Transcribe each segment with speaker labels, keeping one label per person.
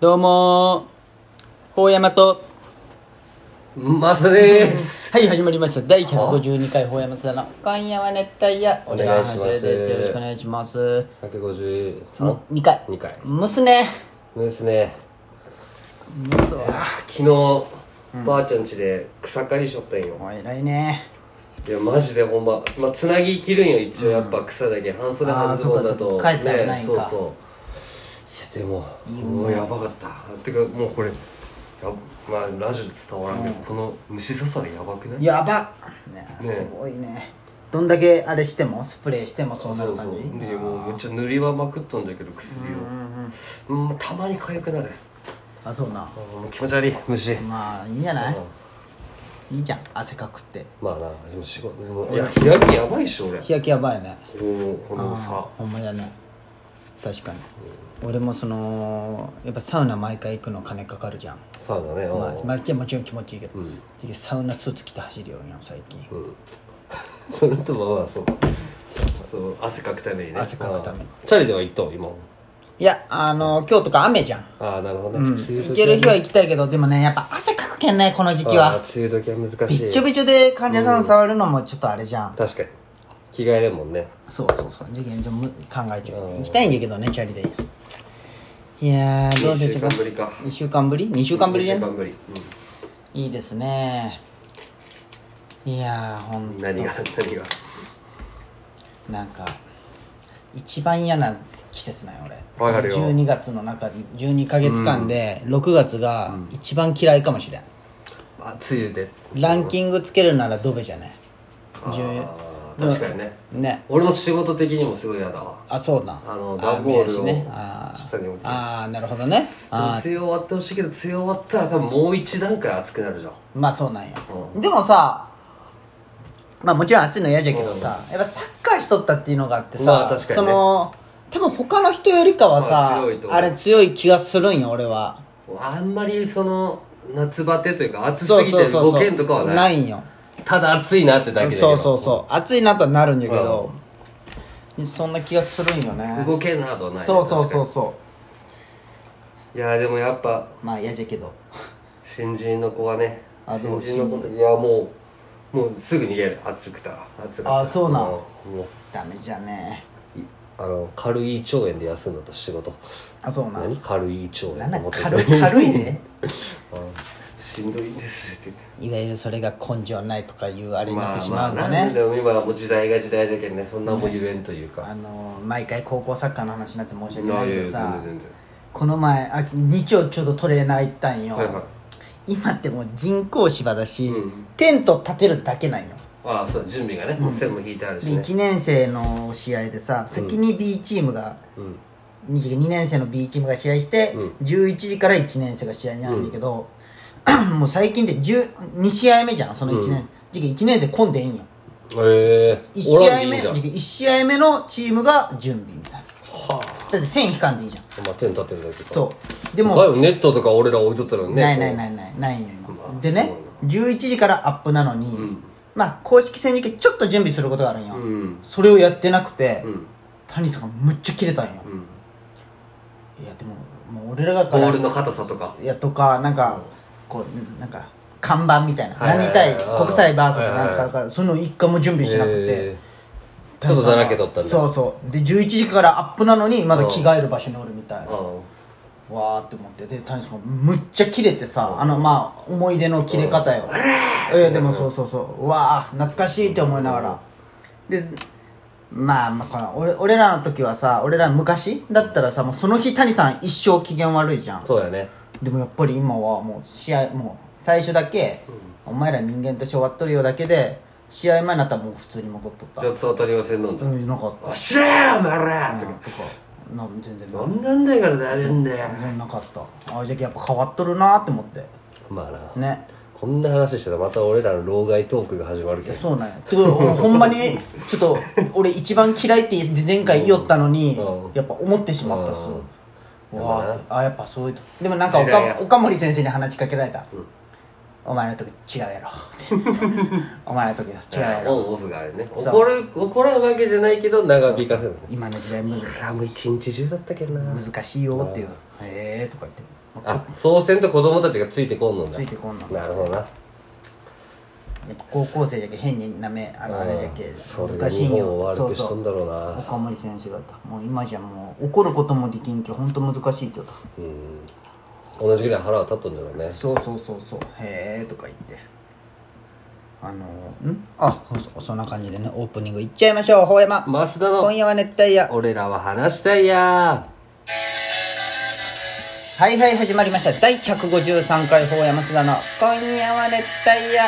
Speaker 1: どうもー、ほうやまと、
Speaker 2: マスです。
Speaker 1: はい、始まりました。第152回ほうやまつだの、今夜は熱帯夜、
Speaker 2: お願いします
Speaker 1: 小野橋です。よろしくお願いします。
Speaker 2: 153。
Speaker 1: 2回。
Speaker 2: 二回
Speaker 1: むすね。
Speaker 2: ですね。
Speaker 1: むすわ。
Speaker 2: あ昨日、ばあちゃん家で草刈りしょったんよ。
Speaker 1: おい、偉いね。
Speaker 2: いや、マジでほんま。まあ、つなぎ切るんよ、一応やっぱ草だけ。半袖
Speaker 1: あー
Speaker 2: 半ズボンだ
Speaker 1: そ
Speaker 2: と。
Speaker 1: っかそっか帰ったらないんか
Speaker 2: そうそう。いや、でも、もうやばかった。てか、もうこれ、やまあ、ラジオ伝わらんけど、この虫刺されやばくない
Speaker 1: やばね
Speaker 2: ね
Speaker 1: すごいね。どんだけあれしても、スプレーしてもそうな
Speaker 2: そ
Speaker 1: る
Speaker 2: うそ
Speaker 1: 感
Speaker 2: う
Speaker 1: じ。
Speaker 2: でもうめっちゃ塗りはまくっとんだけど薬をうんたまに痒くなる
Speaker 1: あ、そうな
Speaker 2: あ。ーもう気持ち悪い虫
Speaker 1: まあ、いいんじゃないいいじゃん、汗かくって。
Speaker 2: まあな、でも仕事、でもいや、日焼けやばいっしょ、俺。こ
Speaker 1: 日焼けやばいね。
Speaker 2: の、このさ、
Speaker 1: ほんまやね。確かに。俺もその、やっぱサウナ毎回行くの金かかるじゃん。
Speaker 2: サウナね、
Speaker 1: まあ
Speaker 2: う
Speaker 1: まあ、いやもちろん気持ちいいけど、
Speaker 2: ん
Speaker 1: でサウナスーツ着て走るようにな最近、
Speaker 2: ん。 うん。それとも、まあ、そうか。そう、汗かくためにね。
Speaker 1: 汗かくために
Speaker 2: あー。チャリでは行ったん今。
Speaker 1: いやあの今日とか雨じゃん
Speaker 2: ああ、なるほどね。梅雨時
Speaker 1: 行ける日は行きたいけどでもねやっぱ汗かくけんねこの時期
Speaker 2: あ
Speaker 1: は
Speaker 2: ー梅雨時は難
Speaker 1: び
Speaker 2: し
Speaker 1: っちょ
Speaker 2: い。
Speaker 1: びちょで患者さん触るのもちょっとあれじゃん、
Speaker 2: 確かに。着替えれんもんね。
Speaker 1: そうそうそうで現状む考えちゃう行きたいんだけどねチャリでいやーどうでしょうか
Speaker 2: 二週間ぶりか
Speaker 1: 2週間ぶり2週間ぶりじゃ
Speaker 2: 二週
Speaker 1: ん
Speaker 2: 間ぶり。
Speaker 1: いいですねいやーほん
Speaker 2: うん。何が、何が。
Speaker 1: なんか一番嫌な季節なんよ俺
Speaker 2: わかるよ
Speaker 1: 12月の中12か月間で6月が一番嫌いかもしれん、
Speaker 2: あ、梅雨で。
Speaker 1: ランキングつけるならドベじゃね
Speaker 2: あー確かにね。
Speaker 1: ね
Speaker 2: 俺も仕事的にもすごい嫌だわ。
Speaker 1: あそうな
Speaker 2: あの
Speaker 1: ー
Speaker 2: 段ボールを
Speaker 1: 名刺ねあー
Speaker 2: 下に置いて
Speaker 1: あーなるほどねあ
Speaker 2: 梅雨終わってほしいけど、梅雨終わったら多分もう一段階暑くなるじゃん。
Speaker 1: ーまあそうなんや、でもさまあもちろん暑いの嫌じゃけどさ、やっぱサッカーしとったっていうのがあってさ、
Speaker 2: まあ確かにね
Speaker 1: その多分他の人よりかはさ、
Speaker 2: まあ強いと思う
Speaker 1: あれ強い気がするんよ俺は
Speaker 2: あんまりその夏バテというか暑すぎて5件とかはない
Speaker 1: ないんよ
Speaker 2: ただ暑いなってだけだけど
Speaker 1: そうそうそう暑いなとはなるんやけど、そんな気がするんよね
Speaker 2: 動けんなどはない
Speaker 1: そうそうそう
Speaker 2: 確か
Speaker 1: そ
Speaker 2: にいやでもやっぱ
Speaker 1: うまあ嫌じゃけど
Speaker 2: 新人の子はね
Speaker 1: あで
Speaker 2: 新
Speaker 1: も
Speaker 2: 人の子といやもうもうすぐ逃げる暑くたら暑くたら
Speaker 1: あそうなん
Speaker 2: もうも
Speaker 1: ダメじゃね
Speaker 2: ういあの軽い胃腸炎で休んだと仕事
Speaker 1: あそうな
Speaker 2: 何軽い胃腸
Speaker 1: な
Speaker 2: 炎
Speaker 1: ん
Speaker 2: と
Speaker 1: だ
Speaker 2: 思って
Speaker 1: 軽い軽いで
Speaker 2: うん しんどいんですって言って
Speaker 1: いわゆるそれが根性ないとかいうあれにな
Speaker 2: ま
Speaker 1: っ
Speaker 2: あ
Speaker 1: てし
Speaker 2: ま
Speaker 1: ま
Speaker 2: あ
Speaker 1: うのね、
Speaker 2: なんでも今はもう時代が時代だけどねそんなもん言えんというか、
Speaker 1: あの毎回高校サッカーの話になって申し
Speaker 2: い
Speaker 1: 訳
Speaker 2: や
Speaker 1: ない
Speaker 2: いや
Speaker 1: け
Speaker 2: 全
Speaker 1: ど
Speaker 2: 然
Speaker 1: さ
Speaker 2: 全然
Speaker 1: この前秋日曜ちょうどトレーナー行ったんよ、
Speaker 2: はいはい
Speaker 1: 今ってもう人工芝だし、
Speaker 2: うん
Speaker 1: テント立てるだけなんよ
Speaker 2: ああそう準備がね、線も引いてあるし
Speaker 1: で
Speaker 2: ね
Speaker 1: 1年生の試合でさ先に B チームが、
Speaker 2: うん
Speaker 1: 2年生の B チームが試合して、
Speaker 2: う
Speaker 1: 11時から1年生が試合になるんだけど、 もう最近で2試合目じゃんその1年、時期1年生混んでいいんよ
Speaker 2: ええー、
Speaker 1: 1試合
Speaker 2: おらんでい
Speaker 1: 目
Speaker 2: いじゃん
Speaker 1: 時期1試合目のチームが準備みたいな
Speaker 2: は
Speaker 1: だって線引かんでいいじゃん
Speaker 2: あまあ手に立てるだけか
Speaker 1: そうで
Speaker 2: でも
Speaker 1: も
Speaker 2: 最後ネットとか俺ら置いとったのにね
Speaker 1: ないないないいないないよ今、
Speaker 2: まあ
Speaker 1: でね11時からアップなのに、
Speaker 2: ん
Speaker 1: まあ公式戦にちょっと準備することがあるんよ、
Speaker 2: うん
Speaker 1: それをやってなくて、
Speaker 2: うん
Speaker 1: 谷さんがむっちゃキレたんよ、
Speaker 2: うん
Speaker 1: いやでももう俺らが
Speaker 2: ボ
Speaker 1: から
Speaker 2: ールの硬さとか
Speaker 1: いやとかなんかこうなんか看板みたいな、
Speaker 2: はいはいはい
Speaker 1: 何対国際 VS なんとか
Speaker 2: はいはい
Speaker 1: とか、その一回も準備してなくて、
Speaker 2: えーちょっとだらけとったんだ
Speaker 1: そうそうで11時からアップなのにまだ着替える場所におるみたいな、
Speaker 2: ああ
Speaker 1: わーって思ってで谷さんがむっちゃキレてさ、あのまあ思い出の切れ方よ、えーでもそうそうそううわー懐かしいって思いながら、でまあまあこの俺俺らの時はさ俺ら昔だったらさもうその日谷さん一生機嫌悪いじゃん
Speaker 2: そうだよね
Speaker 1: でもやっぱり今はもう試合もう最初だけ、お前ら人間として終わっとるよだけで試合前になったらもう普通に戻っとった
Speaker 2: 四つ当たりません飲んじゃ
Speaker 1: う
Speaker 2: うん
Speaker 1: なかった
Speaker 2: おっしゃーお前ら
Speaker 1: と
Speaker 2: と
Speaker 1: か
Speaker 2: か
Speaker 1: な全然な
Speaker 2: 何なんだからなるんだよ
Speaker 1: 全然なかったあじゃあやっぱ変わっとるなーって思って
Speaker 2: まあな
Speaker 1: ね
Speaker 2: こんな話したらまた俺らの老害トークが始まるけど
Speaker 1: そうなんやてか俺ほんまにちょっと俺一番嫌いって前回言おったのに
Speaker 2: うん
Speaker 1: やっぱ思ってしまったっす
Speaker 2: うん
Speaker 1: わあってあやっぱそういうとでもなんか
Speaker 2: 時代や
Speaker 1: 岡岡森先生に話しかけられた「お前の時違うやろ」お前の時は違うやろ
Speaker 2: オンオフがあるね
Speaker 1: そう
Speaker 2: 怒る怒らんわけじゃないけど長引かせるね
Speaker 1: 今の時代む
Speaker 2: 俺らも一日中だったけどな
Speaker 1: 難しいよ」っていう「へえ」とか言って
Speaker 2: あそうせんと子供たちがついてこんのんだ
Speaker 1: ついてこんの
Speaker 2: なるほどな
Speaker 1: やっぱ高校生じゃけ変になめあのあれじゃけ
Speaker 2: うん
Speaker 1: 難しい
Speaker 2: それが日本を
Speaker 1: よそ
Speaker 2: 悪
Speaker 1: う
Speaker 2: くし
Speaker 1: そ
Speaker 2: とん
Speaker 1: う
Speaker 2: だろうな
Speaker 1: 岡森先生だったもう今じゃもう怒ることもできんけほんと難しいって言うと
Speaker 2: うん同じぐらい腹は立ったんだろうね
Speaker 1: そうそうそうそうへえとか言ってあのんあそそんな感じでねオープニングいっちゃいましょうほうやま
Speaker 2: 増田
Speaker 1: 今
Speaker 2: の
Speaker 1: 夜は熱帯夜
Speaker 2: 俺らは話したいや
Speaker 1: はいはい始まりました第153回法山須田の「今夜は熱帯夜」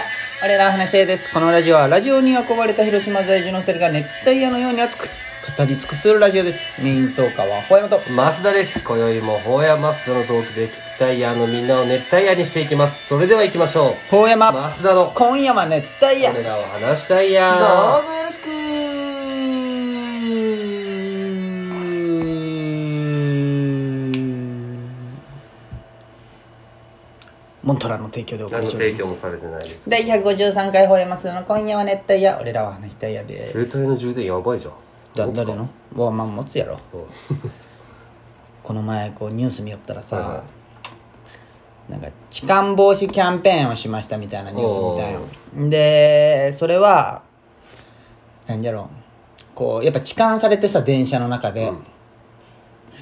Speaker 1: 俺ら話し合いですこのラジオはラジオに憧れた広島在住の2人が熱帯夜のように熱く語り尽くすラジオですメイントーカーは法山と
Speaker 2: 増田です今宵もほうや増田のトークで聞きたいやのみんなを熱帯夜にしていきますそれでは行きましょう
Speaker 1: 法山
Speaker 2: 増田の
Speaker 1: 今夜は熱帯夜ど
Speaker 2: 俺らは話したいや
Speaker 1: うぞよろしくモントラの提供でお送
Speaker 2: 何
Speaker 1: り
Speaker 2: の
Speaker 1: します
Speaker 2: 提供もされてないです
Speaker 1: 第153回吠えますの今夜は熱帯夜俺らは話したいやで
Speaker 2: 携帯の充電やばいじゃん
Speaker 1: だ誰のわまあ持つやろ
Speaker 2: うん
Speaker 1: この前こうニュース見よったらさ、なんか痴漢防止キャンペーンをしましたみたいなニュースみたいなでそれは何やろこうやっぱ痴漢されてさ電車の中で、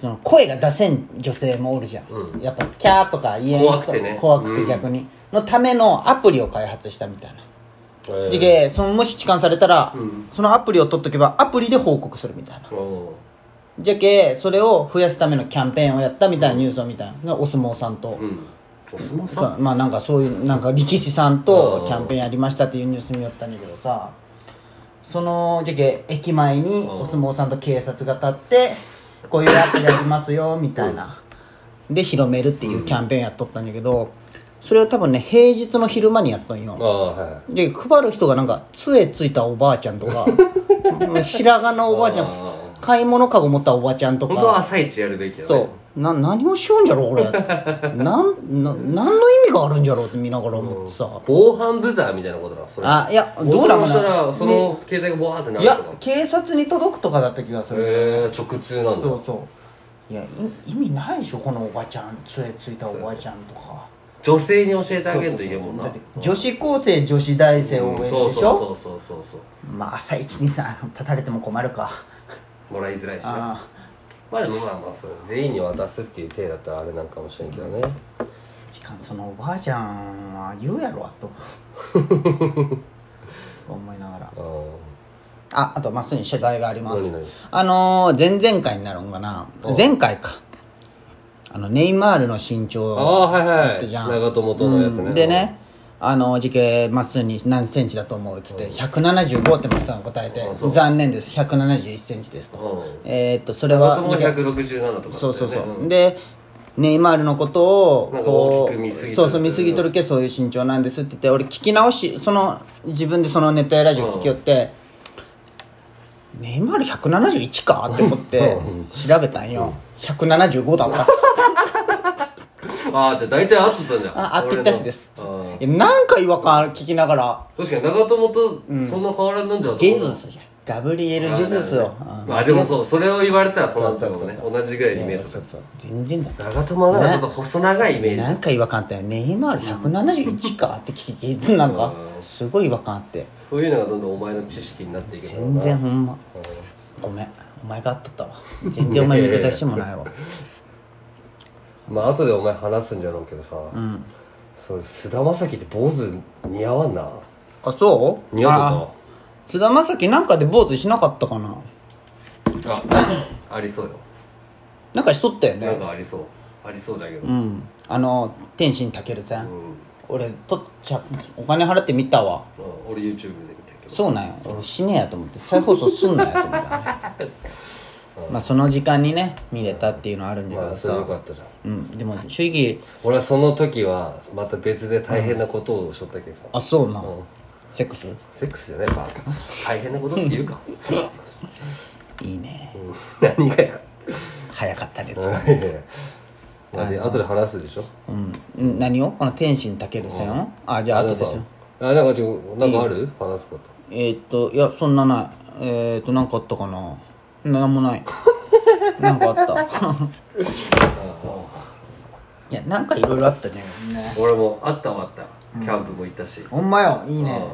Speaker 1: その声が出せん女性もおるじゃん、やっぱキャーとか言えん人
Speaker 2: 怖くてね
Speaker 1: 怖くて逆に、のためのアプリを開発したみたいな
Speaker 2: えー
Speaker 1: ででそのもし痴漢されたら、そのアプリを取っとけばアプリで報告するみたいな
Speaker 2: うん
Speaker 1: じゃけそれを増やすためのキャンペーンをやったみたいなニュースを見たいなお相撲さんと、
Speaker 2: うんお相撲さん
Speaker 1: そうまあなんかそういうなんか力士さんとキャンペーンやりましたっていうニュース見よったんだけどさそのじゃけ駅前にお相撲さんと警察が立ってこういうアプリやりますよみたいなで広めるっていうキャンペーンやっとったんだけどそれを多分ね平日の昼間にやっとんよ、
Speaker 2: ああは
Speaker 1: で配る人がなんか杖ついたおばあちゃんと かうん白髪のおばあちゃん買い物かご持ったおばちゃんと
Speaker 2: い本当は
Speaker 1: か
Speaker 2: 朝一やるべきだね
Speaker 1: そうな何をしようんじゃろう 俺なんな何の意味があるんじゃろうって見ながら思ってさ
Speaker 2: 防犯ブザーみたいなことだそれ
Speaker 1: あいやど
Speaker 2: ど
Speaker 1: う
Speaker 2: う
Speaker 1: だ
Speaker 2: だ
Speaker 1: ろう
Speaker 2: したら
Speaker 1: な
Speaker 2: その携帯がボワーってないる
Speaker 1: や
Speaker 2: とか
Speaker 1: 警察に届くとかだった気がする
Speaker 2: へえ直通なんだ
Speaker 1: そうそういやい意味ないでしょこのおばちゃん杖ついたおばちゃんとか
Speaker 2: 女性に教えてあげるといいもんな
Speaker 1: だって女子高生女子大生を
Speaker 2: うん
Speaker 1: 応援
Speaker 2: そう
Speaker 1: でしょ
Speaker 2: そうそうそうそうそう
Speaker 1: まあ朝一にさ立たれても困るか
Speaker 2: もらいづらいしね
Speaker 1: あ
Speaker 2: まあでもまあまあそう全員に渡すっていう体だったらあれなんかもしれんけどね
Speaker 1: 時間そのおばあちゃんは言うやろあ ととか思いながら
Speaker 2: うん
Speaker 1: ああとまっすぐに謝罪があります
Speaker 2: 何何
Speaker 1: あのー、前々回になるんかな前回かあのネイマールの身長
Speaker 2: ああはい
Speaker 1: だっ
Speaker 2: は
Speaker 1: た
Speaker 2: い
Speaker 1: じゃん
Speaker 2: 長友とのやつ
Speaker 1: う
Speaker 2: ね
Speaker 1: んでねあの時計まっすぐに何センチだと思うっつって175ってまっすぐ答えて
Speaker 2: そう
Speaker 1: 残念です171センチです
Speaker 2: う
Speaker 1: と
Speaker 2: ん
Speaker 1: えーっとそれ
Speaker 2: 長
Speaker 1: は
Speaker 2: 友167とかだったよね
Speaker 1: そうそうそう、
Speaker 2: ん
Speaker 1: でネイマールのことを
Speaker 2: なんか
Speaker 1: こ
Speaker 2: 大きく見
Speaker 1: う
Speaker 2: すぎと
Speaker 1: そ
Speaker 2: る
Speaker 1: うそう見すぎとるけそういう身長なんですって言って俺聞き直しその自分でそのネタやラジオ聞きよって、ネイマール171かって思って調べたんよ、175だった
Speaker 2: ああじゃあ大体合ってた じゃん
Speaker 1: ああぴったしです
Speaker 2: 俺のうん
Speaker 1: いやなんか違和感ある聞きながら
Speaker 2: 確かに長友とそんな変わらんなんじゃん
Speaker 1: ジェズスやガブリエル・ジェズスを
Speaker 2: まあ
Speaker 1: うん
Speaker 2: まあでもそうそれを言われたらそうなった
Speaker 1: そう
Speaker 2: もん
Speaker 1: そう
Speaker 2: ね
Speaker 1: そ
Speaker 2: 同じぐらいに見えた
Speaker 1: そうそう全然だ
Speaker 2: 長友はなんかちょっと細長いイメージ
Speaker 1: なんか違和感あったよネイマール171かって聞きなんかすごい違和感あって
Speaker 2: そういうのがどんどんお前の知識になっていくから
Speaker 1: 全然ほんまごめんお前があっとったわ全然お前味方してもない わ
Speaker 2: まあ後でお前話すんじゃろうけどさ、それ菅田将暉って坊主似合わんな
Speaker 1: あそう
Speaker 2: 似合
Speaker 1: 津田将暉なんかで坊主しなかったかな
Speaker 2: ってたあありそうよ
Speaker 1: なんかしとったよ
Speaker 2: なん
Speaker 1: ね
Speaker 2: かありそうありそうだけど、
Speaker 1: うんあの天心たけるさん、
Speaker 2: うん
Speaker 1: 俺とちゃお金払って見たわ
Speaker 2: まあ俺 YouTube で見たけど
Speaker 1: そうなんよ俺死ねやと思って再放送すんなやと思った まあその時間にね見れたっていうのはあるんだけ
Speaker 2: ま
Speaker 1: ど
Speaker 2: あそれ
Speaker 1: さ、
Speaker 2: よかったじゃん
Speaker 1: うんでも正直
Speaker 2: 俺はその時はまた別で大変なことをしょったけどさ、
Speaker 1: あそうな、
Speaker 2: うん
Speaker 1: セックス
Speaker 2: セックスじゃねえバカ 大変なことって 言うか
Speaker 1: いいね
Speaker 2: うん何がや
Speaker 1: 早かったねつ
Speaker 2: いやいやまあで後で話すでしょ
Speaker 1: うんん、何をこの天心たけるさん、あじゃあ後ですよ
Speaker 2: あなんかちょなんかある話すこと
Speaker 1: えー、っといやそんなないえー、っと何かあったかな なんもないなんかあった
Speaker 2: あ
Speaker 1: いやなんかいろいろあったねね
Speaker 2: 俺もあったはあったキャンプも行ったし、
Speaker 1: ほんまよいいね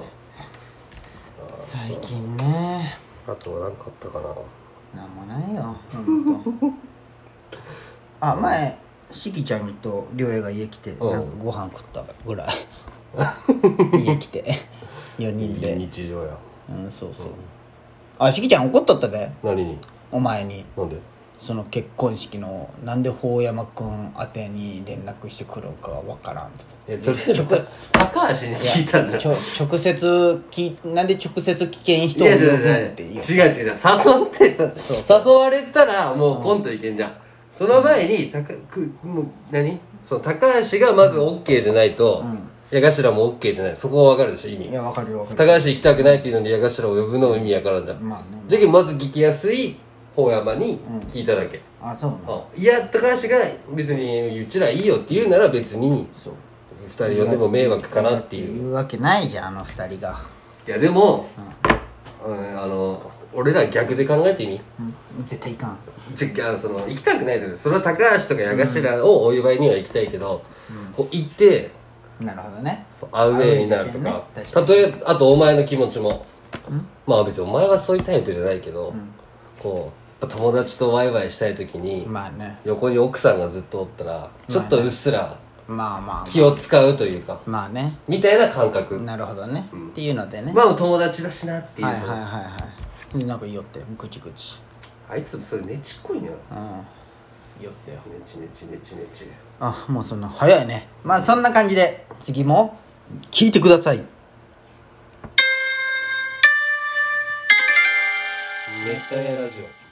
Speaker 2: う
Speaker 1: 最近ね
Speaker 2: んあとは何かあったかな
Speaker 1: なんもないよほんとあ前しきちゃんとりょうやが家来て
Speaker 2: うん
Speaker 1: なんかご飯食ったぐらい 家来て4人で
Speaker 2: 日常や
Speaker 1: うんそうそうあしきちゃん怒っとったで
Speaker 2: 何に
Speaker 1: お前に
Speaker 2: なんで
Speaker 1: その結婚式のなんで法山君宛てに連絡してくるかが分からんって
Speaker 2: いやとりあえず高橋に聞いたんじゃん
Speaker 1: ちょ直接聞いなんで直接聞けん人を
Speaker 2: い
Speaker 1: 呼
Speaker 2: や違う
Speaker 1: ぶ
Speaker 2: 違
Speaker 1: んっ
Speaker 2: う
Speaker 1: て
Speaker 2: 違
Speaker 1: いう
Speaker 2: う違う違う誘って誘われたらもうポンといけんじゃん、その前にたかくもう何その高橋がまず OK じゃないと、矢頭も OK じゃないそこは分かるでしょ意味
Speaker 1: いや分かるよ分か
Speaker 2: 高
Speaker 1: る
Speaker 2: 橋行きたくないっていうのに矢頭を呼ぶのも意味やからんじゃん、
Speaker 1: まあね
Speaker 2: じゃけんまず聞きやすい方山に聞いただけ、
Speaker 1: あそうな
Speaker 2: うんいや高橋が別にうちらいいよって言うなら別に
Speaker 1: そう
Speaker 2: 二人呼んでも迷惑かなっていう
Speaker 1: 言うわけないじゃんあの二人が、
Speaker 2: いやでも、うん、あの俺ら逆で考えてみ
Speaker 1: うん、絶対いかん
Speaker 2: じゃあのその行きたくないとそれは高橋とか矢頭をお祝いには行きたいけど、こう行って
Speaker 1: なるほどね
Speaker 2: そうアウェーになると
Speaker 1: アウェーじゃけ
Speaker 2: か
Speaker 1: んね確かに
Speaker 2: 例えばあとお前の気持ちもまあ別にお前はそういうタイプじゃないけど、こうやっぱ友達とワイワイしたい時に
Speaker 1: まあね
Speaker 2: 横に奥さんがずっとおったらちょっとうっすら
Speaker 1: まあまあ
Speaker 2: 気を使うというか
Speaker 1: まあね
Speaker 2: みたいな感覚
Speaker 1: なるほどね、っていうのでね、
Speaker 2: まあ友達だしなっていう、
Speaker 1: はいは
Speaker 2: そ
Speaker 1: い
Speaker 2: の
Speaker 1: はいはいなんか言いよってぐちぐち
Speaker 2: あいつそれねちっこいのよ
Speaker 1: うん言いよってよ
Speaker 2: ねちねちねちねち
Speaker 1: あもうそんな早いねまあそんな感じで次も聞いてください
Speaker 2: 熱帯夜ラジオ